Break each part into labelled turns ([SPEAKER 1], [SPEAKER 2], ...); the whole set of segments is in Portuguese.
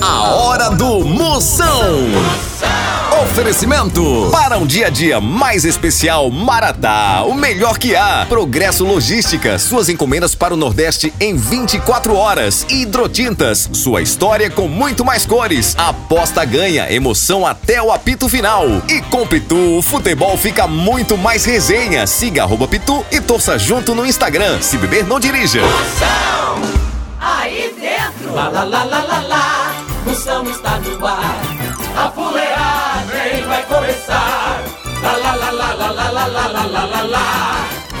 [SPEAKER 1] A hora do Moção. Oferecimento para um dia a dia mais especial Maratá, o melhor que há. Progresso Logística, suas encomendas para o Nordeste em 24 horas. Hidrotintas, sua história com muito mais cores. Aposta ganha, emoção até o apito final. E com Pitu, o futebol fica muito mais resenha. Siga arroba Pitu e torça junto no Instagram. Se beber, não dirija.
[SPEAKER 2] Aí dentro, lá lá lá lá lá lá, moção está no ar. A fuleagem vai começar. Lá lá lá lá lá lá lá lá lá lá lá lá.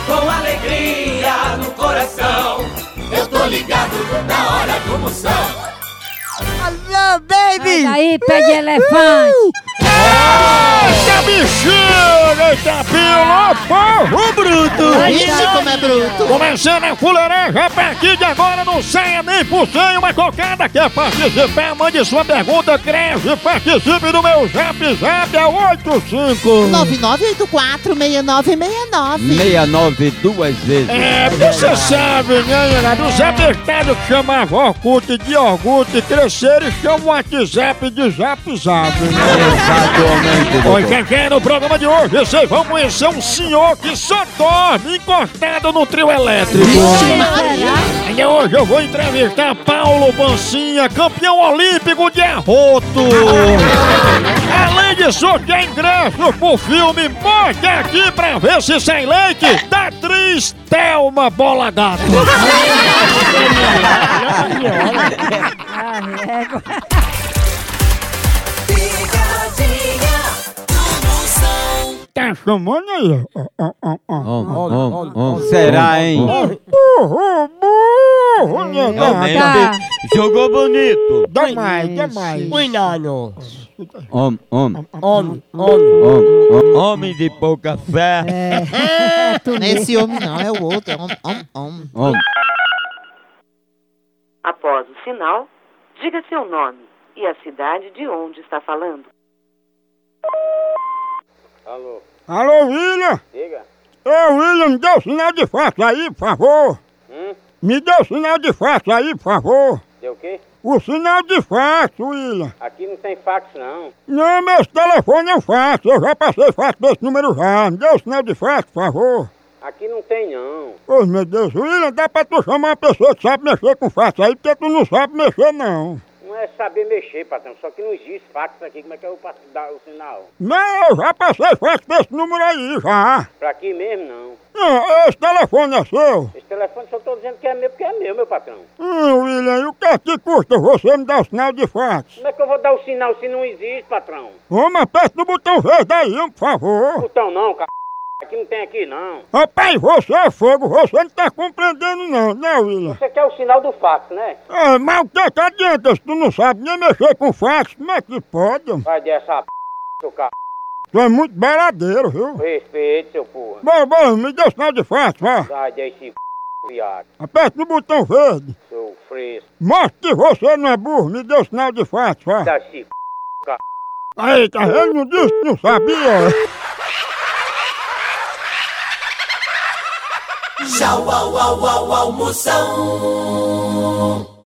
[SPEAKER 2] Com alegria no coração, eu tô ligado na hora do moção.
[SPEAKER 3] Alô, baby!
[SPEAKER 4] Aí, pé de elefante.
[SPEAKER 5] Eita bexiga, eita pila, porro bruto!
[SPEAKER 3] Olha Isso como é bruto!
[SPEAKER 5] Começando a fuleiragem, a partir de agora não saia nem por cem uma cocada. Quer participar? Mande sua pergunta, cresce, participe do meu zap zap, é 85.
[SPEAKER 3] 99846969.
[SPEAKER 6] 69 duas vezes.
[SPEAKER 5] É, você sabe, né, Renato? Os apertados que chamavam Orkut de Orkut cresceram e chamam o WhatsApp de Zap Zap, né?
[SPEAKER 6] Exatamente,
[SPEAKER 5] Oi,
[SPEAKER 6] doutor.
[SPEAKER 5] quem quer no programa de hoje, vocês vão conhecer um senhor que só dorme encostado no trio elétrico. Ainda hoje eu vou entrevistar Paulo Bancinha, campeão olímpico de arroto. Além de sortear ingressos pro filme Morte Aqui pra ver se sem leite, da atriz Thelma Bola Gato.
[SPEAKER 2] Picadinha do moção.
[SPEAKER 5] Tá chamando aí, ó, ó, ó, ó.
[SPEAKER 6] Om, om, om. Será, hein?
[SPEAKER 5] Burro, burro,
[SPEAKER 6] Realmente,
[SPEAKER 5] negado.
[SPEAKER 6] Jogou bonito.
[SPEAKER 5] Dá mais, dá
[SPEAKER 3] é
[SPEAKER 5] mais.
[SPEAKER 7] Cuidado!
[SPEAKER 6] Om, om,
[SPEAKER 7] Homem, homem!
[SPEAKER 6] om, om. Homem de pouca fé.
[SPEAKER 3] Não é esse homem não, é o outro. É homem, homem, homem.
[SPEAKER 6] Om.
[SPEAKER 8] Após o sinal, diga seu nome e a cidade de onde está falando.
[SPEAKER 5] Alô, William? Diga. Ô, William, me dê o sinal de fato aí, por favor. Me dê o sinal de fato aí, por favor.
[SPEAKER 9] Deu o quê?
[SPEAKER 5] O sinal de fato, William.
[SPEAKER 9] Aqui não tem fax, não.
[SPEAKER 5] Não, meu telefone eu faço. Eu já passei fato desse número já. Me dê o sinal de fato, por favor.
[SPEAKER 9] Aqui não tem, não.
[SPEAKER 5] Ô, meu Deus, William, dá pra tu chamar uma pessoa que sabe mexer com fato aí, porque tu não sabe mexer, não.
[SPEAKER 9] Não é saber mexer, patrão. Só que não existe fax aqui. Como é que eu passo dar o sinal?
[SPEAKER 5] Não, eu já passei fato desse número aí, já.
[SPEAKER 9] Pra aqui mesmo, não.
[SPEAKER 5] Não, esse telefone é seu.
[SPEAKER 9] Esse telefone só tô dizendo que é meu porque é meu, meu patrão.
[SPEAKER 5] Hum, William, e o que é que custa você me dar o sinal de fato?
[SPEAKER 9] Como é que eu vou dar o sinal se não existe, patrão?
[SPEAKER 5] Vamos, aperta no botão verde aí, por favor.
[SPEAKER 9] Botão não, c... Aqui não tem aqui, não.
[SPEAKER 5] Rapaz, você é fogo, você não tá compreendendo não, né, William?
[SPEAKER 9] Você quer é o sinal do fax, né?
[SPEAKER 5] Ah, mas o que que adianta se tu não sabe nem mexer com fax? Como é que pode?
[SPEAKER 9] Vai dessa p... do c...
[SPEAKER 5] Tu é muito baladeiro, viu?
[SPEAKER 9] Respeite, seu porra.
[SPEAKER 5] Bom, bom, me dê o sinal de fax, vá.
[SPEAKER 9] Sai desse p... viado,
[SPEAKER 5] Aperta no botão verde.
[SPEAKER 9] seu fresco.
[SPEAKER 5] Mostra que você não é burro, me dê o sinal de fax, vá.
[SPEAKER 9] Desse p...
[SPEAKER 5] Aí, tá vendo? Não disse que não sabia.
[SPEAKER 2] Tchau, au, au, au, au, moção.